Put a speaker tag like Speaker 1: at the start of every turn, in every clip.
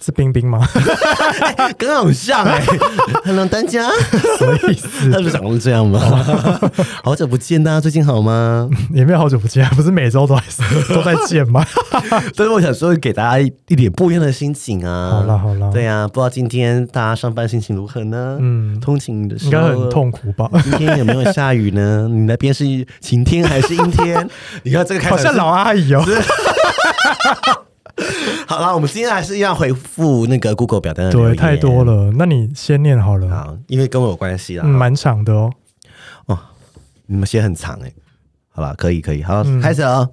Speaker 1: 是冰冰吗？
Speaker 2: 跟偶像哎、Hello 大家，
Speaker 1: 什么意
Speaker 2: 他
Speaker 1: 思？
Speaker 2: 是长成这样吗？ 好久不见，大家最近好 吗？
Speaker 1: 也没有好久不见，不是每周都在都在见 吗？
Speaker 2: 所以我想说，给大家一一点不一样的心情啊。
Speaker 1: 好啦好啦
Speaker 2: 对啊，不知道今天大家上班心情如何呢？
Speaker 1: 嗯
Speaker 2: 嗯，通勤的时
Speaker 1: 应
Speaker 2: 候
Speaker 1: 该很。痛苦吧？
Speaker 2: 今天有没有下雨呢？你那边是晴天还是阴 天？你看这个开
Speaker 1: 好
Speaker 2: 场是
Speaker 1: 像老阿姨哦、
Speaker 2: 好啦，我们今天还是要回复那个 Google 表单的留
Speaker 1: 对，
Speaker 2: 言
Speaker 1: 太多。了。那你先念好了，
Speaker 2: 好，因为跟我有关系啦。
Speaker 1: 嗯，蛮长的哦、
Speaker 2: 你们写很长哎、好吧，可以可以，好，开始哦。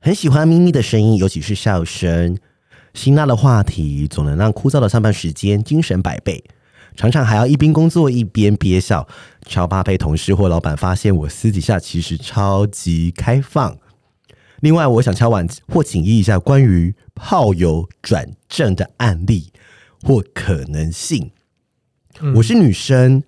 Speaker 2: 很喜欢咪咪的声音，尤其是笑声。辛辣的话题总能让枯燥的上班时间精神百倍，常常还要一边工作一边憋笑，超怕被同事或老板发现我私底下其实超级开放。另外，我想敲碗或请益一下关于炮友转正的案例或可能性。我是女生，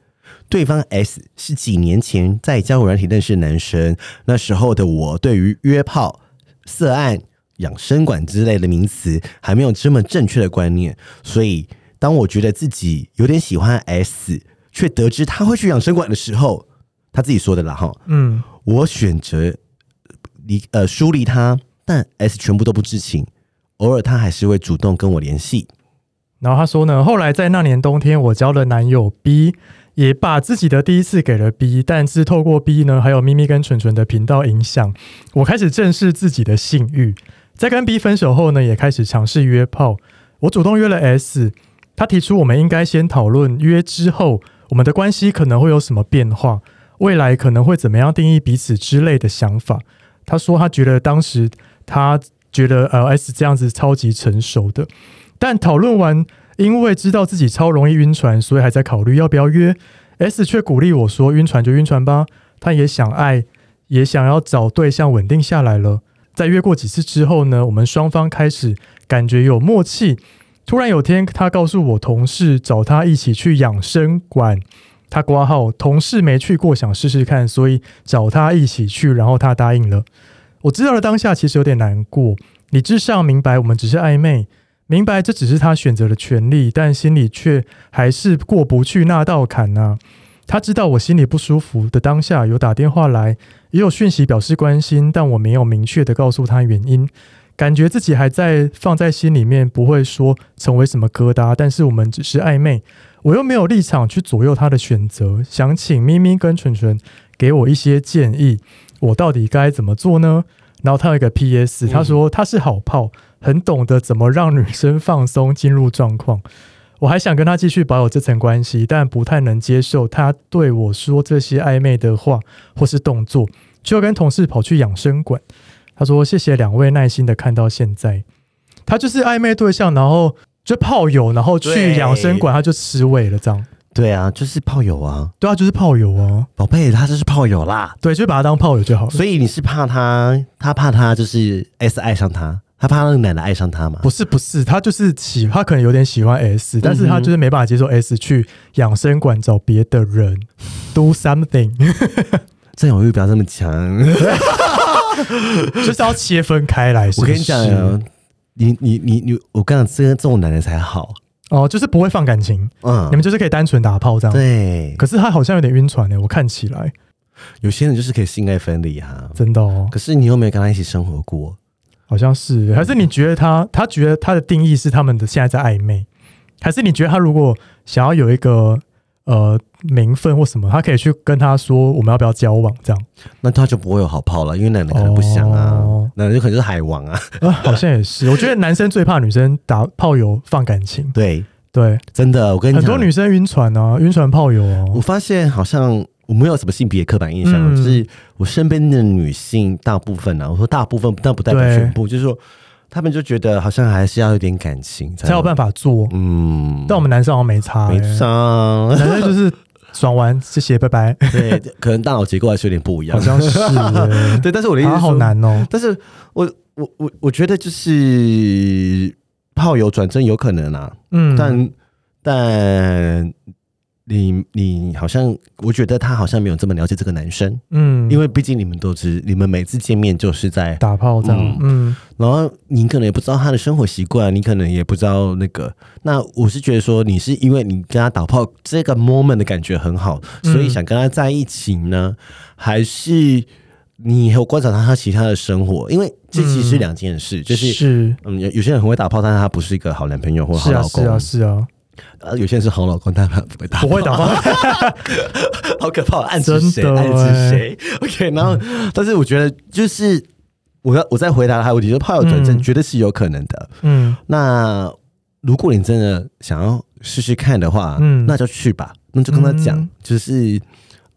Speaker 2: 对方 S 是几年前在交友软体认识的男生，那时候的我对于约炮、色案、养生馆之类的名词还没有这么正确的观念，所以当我觉得自己有点喜欢 S，却得知他会去养生馆的时候，他自己说的啦哈，
Speaker 1: 嗯，
Speaker 2: 我选择离呃疏离他，但 S 全部都不知情，偶尔他还是会主动跟我联系。
Speaker 1: 然后他说呢，后来在那年冬天，我交了男友 B，也把自己的第一次给了 B，但是透过 B 呢，还有咪咪跟纯纯的频道影响，我开始正视自己的性欲。在跟 B 分手后呢，也开始尝试约炮。我主动约了 S，他提出我们应该先讨论约之后我们的关系可能会有什么变化，未来可能会怎么样定义彼此之类的想法。他说他觉得当时他觉得呃 S 这样子超级成熟的，但讨论完，因为知道自己超容易晕船，所以还在考虑要不要约。S 却鼓励我说：“晕船就晕船吧。”他也想爱，也想要找对象稳定下来了。在约过几次之后呢，我们双方开始感觉有默契。突然有天，他告诉我同事找他一起去养生馆，他挂号，同事没去过，想试试看，所以找他一起去，然后他答应了。我知道了当下其实有点难过，理智上明白我们只是暧昧，明白这只是他选择的权利，但心里却还是过不去那道坎呢、他知道我心里不舒服的当下，有打电话来，也有讯息表示关心，但我没有明确的告诉他原因，感觉自己还在放在心里面，不会说成为什么疙瘩，但是我们只是暧昧，我又没有立场去左右他的选择，想请咪咪跟纯纯给我一些建议，我到底该怎么做呢？然后他有一个 P.S，他说他是好炮，很懂得怎么让女生放松进入状况。我还想跟他继续保有这层关系，但不太能接受他对我说这些暧昧的话或是动作，就跟同事跑去养生馆。他说：“谢谢两位耐心的看到现在。”他就是暧昧对象，然后就炮友，然后去
Speaker 2: 对
Speaker 1: 养生馆，他就吃味了，这样。
Speaker 2: 对啊，就是炮友啊，
Speaker 1: 对啊，就是炮友啊，
Speaker 2: 宝贝，他就是炮友啦。
Speaker 1: 对，就把他当炮友就好了。
Speaker 2: 所以你是怕他，他怕他就是 S 爱上他，他怕那个男的爱上他嘛？
Speaker 1: 不是不是，他就是喜，他可能有点喜欢
Speaker 2: 嗯
Speaker 1: S，但是他就是没办法接受 S 去养生馆找别的人 do something，
Speaker 2: 占有欲不要这么 强。
Speaker 1: 就是要切分开来。是
Speaker 2: 我
Speaker 1: 不是
Speaker 2: 跟你讲啊，你你你你，我跟你讲，这个这种男的才好。
Speaker 1: 哦，就是不会放感情，
Speaker 2: 嗯
Speaker 1: 你，们就是可以单纯打炮这样。
Speaker 2: 对，
Speaker 1: 可是他好像有点晕船呢，欸我看起来
Speaker 2: 有些人就是可以性爱分离啊。
Speaker 1: 真的哦，
Speaker 2: 可是你又没有跟他一起生活过，
Speaker 1: 好像
Speaker 2: 嗯
Speaker 1: 是。还是你觉得他，他觉得他的定义是他们的现在在暧昧，还是你觉得他如果想要有一个呃名分或什么，他可以去跟他说我们要不要交往 这样？
Speaker 2: 那他就不会有好炮了，因为男的可能不想啊，
Speaker 1: 哦
Speaker 2: 男的就可能就是海王啊。
Speaker 1: 啊，好像也是。我觉得男生最怕女生打炮友放感情，
Speaker 2: 对，
Speaker 1: 对，
Speaker 2: 真的，我跟哎你
Speaker 1: 很
Speaker 2: 讲，
Speaker 1: 多女生晕船啊，晕船炮友
Speaker 2: 我
Speaker 1: 哦，
Speaker 2: 发现好像我没有什么性别刻板印象，
Speaker 1: 嗯
Speaker 2: 就是我身边的女性大部分啊，我说大部分，但不代表
Speaker 1: 对
Speaker 2: 全部，就是说她们就觉得好像还是要有点感情才
Speaker 1: 才有办
Speaker 2: 法。
Speaker 1: 法做。
Speaker 2: 嗯，
Speaker 1: 但我们男生好像没差、欸，
Speaker 2: 没
Speaker 1: 男
Speaker 2: 上，
Speaker 1: 生就是爽完谢谢，拜 拜。
Speaker 2: 对，可能大脑结构还是有点不一 样
Speaker 1: 好。像是、欸，
Speaker 2: 对，但 是我的意思
Speaker 1: 啊，
Speaker 2: 是
Speaker 1: 好
Speaker 2: 说
Speaker 1: 难哦、
Speaker 2: 但是我我我我觉得就是炮友转正有可能啊，
Speaker 1: 嗯，
Speaker 2: 但但你你好像，我觉得他好像没有这么了解这个男生，
Speaker 1: 嗯，
Speaker 2: 因
Speaker 1: 为
Speaker 2: 为毕竟你们都知，你们每次见面就是在，
Speaker 1: 打炮这样，嗯
Speaker 2: 然后你可能也不知道他的生活习惯，你可能也不知道那个。那我是觉得说，你是因为你跟他打炮这个 moment 的感觉很好，
Speaker 1: 嗯
Speaker 2: 所以想跟他在一起呢，还是你有观察到他其他的生活？因为这其实是两件事，就是。
Speaker 1: 嗯是
Speaker 2: 嗯，有有些人很会打炮，但是他不是一个好男朋友或好
Speaker 1: 是啊
Speaker 2: 老公。
Speaker 1: 是啊是啊，
Speaker 2: 呃，有些人是好老公，但他不会打，
Speaker 1: 不会打，炮，
Speaker 2: 好可怕，暗指谁？
Speaker 1: 真的
Speaker 2: 暗指
Speaker 1: 欸
Speaker 2: 谁？OK，然后，但是我觉得就是我要我再回答他的问题，就是炮友转正
Speaker 1: 嗯
Speaker 2: 绝对是有可能的。
Speaker 1: 嗯
Speaker 2: 那如果你真的想要试试看的话，
Speaker 1: 嗯
Speaker 2: 那就去吧，那就跟他讲，
Speaker 1: 嗯
Speaker 2: 就是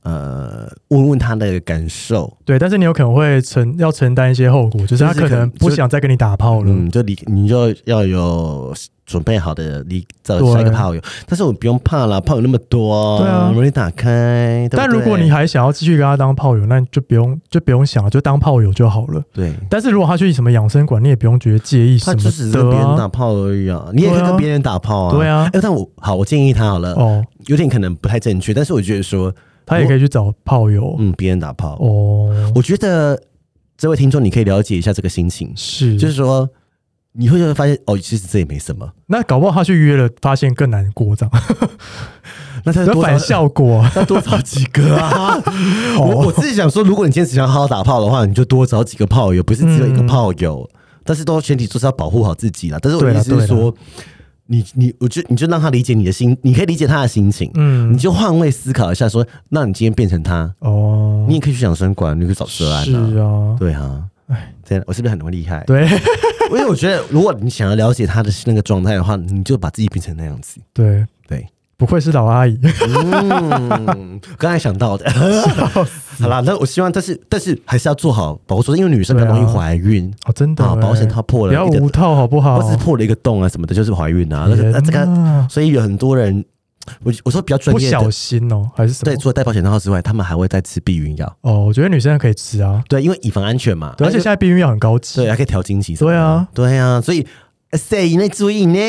Speaker 2: 呃，问问他的感受，
Speaker 1: 对，但是你有可能会承要承担一些后果，就是他
Speaker 2: 就是可
Speaker 1: 可能
Speaker 2: 能
Speaker 1: 不
Speaker 2: 就
Speaker 1: 想再跟你打炮了，
Speaker 2: 嗯，就离你就要有准备好的离找
Speaker 1: 对
Speaker 2: 下一个炮友，但是我不用怕啦，炮友那么多，
Speaker 1: 对啊
Speaker 2: 容易打开。对不
Speaker 1: 但如果
Speaker 2: 对
Speaker 1: 你还想要继续跟他当炮友，那你就不用就不用想了，就当炮友就好了。
Speaker 2: 对。
Speaker 1: 但是如果他去什么养生馆，你也不用觉得介意
Speaker 2: 他
Speaker 1: 什
Speaker 2: 就只是
Speaker 1: 么
Speaker 2: 跟别人
Speaker 1: 的、
Speaker 2: 打
Speaker 1: 啊。
Speaker 2: 炮而已啊，你也可以
Speaker 1: 对啊
Speaker 2: 跟别人打炮啊。
Speaker 1: 对啊
Speaker 2: 哎，但我好，我建议他好了，
Speaker 1: 哦，
Speaker 2: 有点可能不太正确，但是我觉得说，
Speaker 1: 他也可以去找炮友。
Speaker 2: 嗯，别人打炮，
Speaker 1: 哦，
Speaker 2: 我觉得这位听众你可以了解一下这个心情，
Speaker 1: 是，
Speaker 2: 就是说你会就会发现哦，其实这也没什么，
Speaker 1: 那搞不好他去约了，发现更难过，这样
Speaker 2: 那他
Speaker 1: 有
Speaker 2: 多
Speaker 1: 反
Speaker 2: 少
Speaker 1: 效果。啊
Speaker 2: 那多 找几个啊！
Speaker 1: 哦
Speaker 2: 我我自己想说，如果你坚持想好好打炮的话，你就多找几个炮友，不是只有一个炮友。但是都前提就是要保护好自己啦。但是我的
Speaker 1: 对啦
Speaker 2: 意思是
Speaker 1: 嗯对啦
Speaker 2: 说，你你我就你就让他理解你的心，你可以理解他的心情，
Speaker 1: 嗯
Speaker 2: 你就换位思考一下说那你今天变成他，
Speaker 1: 哦，
Speaker 2: 你也可以去养生馆，你可以找蛇安
Speaker 1: 是
Speaker 2: 啊，
Speaker 1: 啊，
Speaker 2: 对啊。这样我是不是很厉害？
Speaker 1: 对
Speaker 2: 因为我觉得，如果你想要了解他的那个状态的话，你就把自己变成那样子。
Speaker 1: 对，
Speaker 2: 对，
Speaker 1: 不愧是老阿姨。
Speaker 2: 嗯，刚才想到 的。好啦，那我希望，但是但是还是要做好保护措施，因为女生比较容易怀孕，
Speaker 1: 哦，真的
Speaker 2: 啊
Speaker 1: 欸，
Speaker 2: 保险套破了
Speaker 1: 不要
Speaker 2: 一个
Speaker 1: 无套好不好？
Speaker 2: 或是破了一个洞啊什么的，就是怀孕啊。那
Speaker 1: 哦天
Speaker 2: 个那这个，
Speaker 1: 哪
Speaker 2: 所以有很多人，我我说比较专
Speaker 1: 不
Speaker 2: 业的
Speaker 1: 小，心哦，还是什
Speaker 2: 对，
Speaker 1: 么？
Speaker 2: 除了戴保险套之外，他们还会再吃避孕药，
Speaker 1: 哦，我觉得女生可以吃啊，
Speaker 2: 对，因为以防安全嘛。
Speaker 1: 对而且现在避孕药很高级。
Speaker 2: 对，还可以调经期什么
Speaker 1: 对
Speaker 2: 的。
Speaker 1: 啊，
Speaker 2: 对啊，所以。谁呢？注意呢！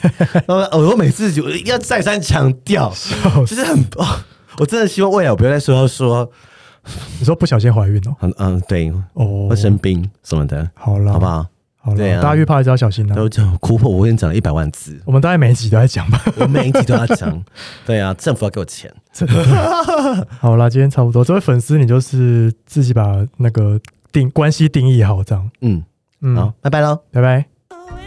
Speaker 2: 呃我每次就要再三强调，就是很、哦，我真的希望未来我不要再说说，
Speaker 1: 你说不小心怀孕哦？
Speaker 2: 嗯嗯，对，
Speaker 1: 哦
Speaker 2: 会，生病什么的，
Speaker 1: 好啦，
Speaker 2: 好不，好？
Speaker 1: 好
Speaker 2: 对
Speaker 1: 啦，
Speaker 2: 啊
Speaker 1: 大家约炮还是要小心啊
Speaker 2: 然。后就哭破，我跟你讲了一百万字，
Speaker 1: 我们大概每一集都在讲吧。
Speaker 2: 我每一集都要讲。对啊，政府要给我钱，
Speaker 1: 好啦，今天差不多。这位粉丝，你就是自己把那个定关系定义好，这样。
Speaker 2: 嗯，好
Speaker 1: 嗯，，
Speaker 2: 拜拜喽。
Speaker 1: 拜拜。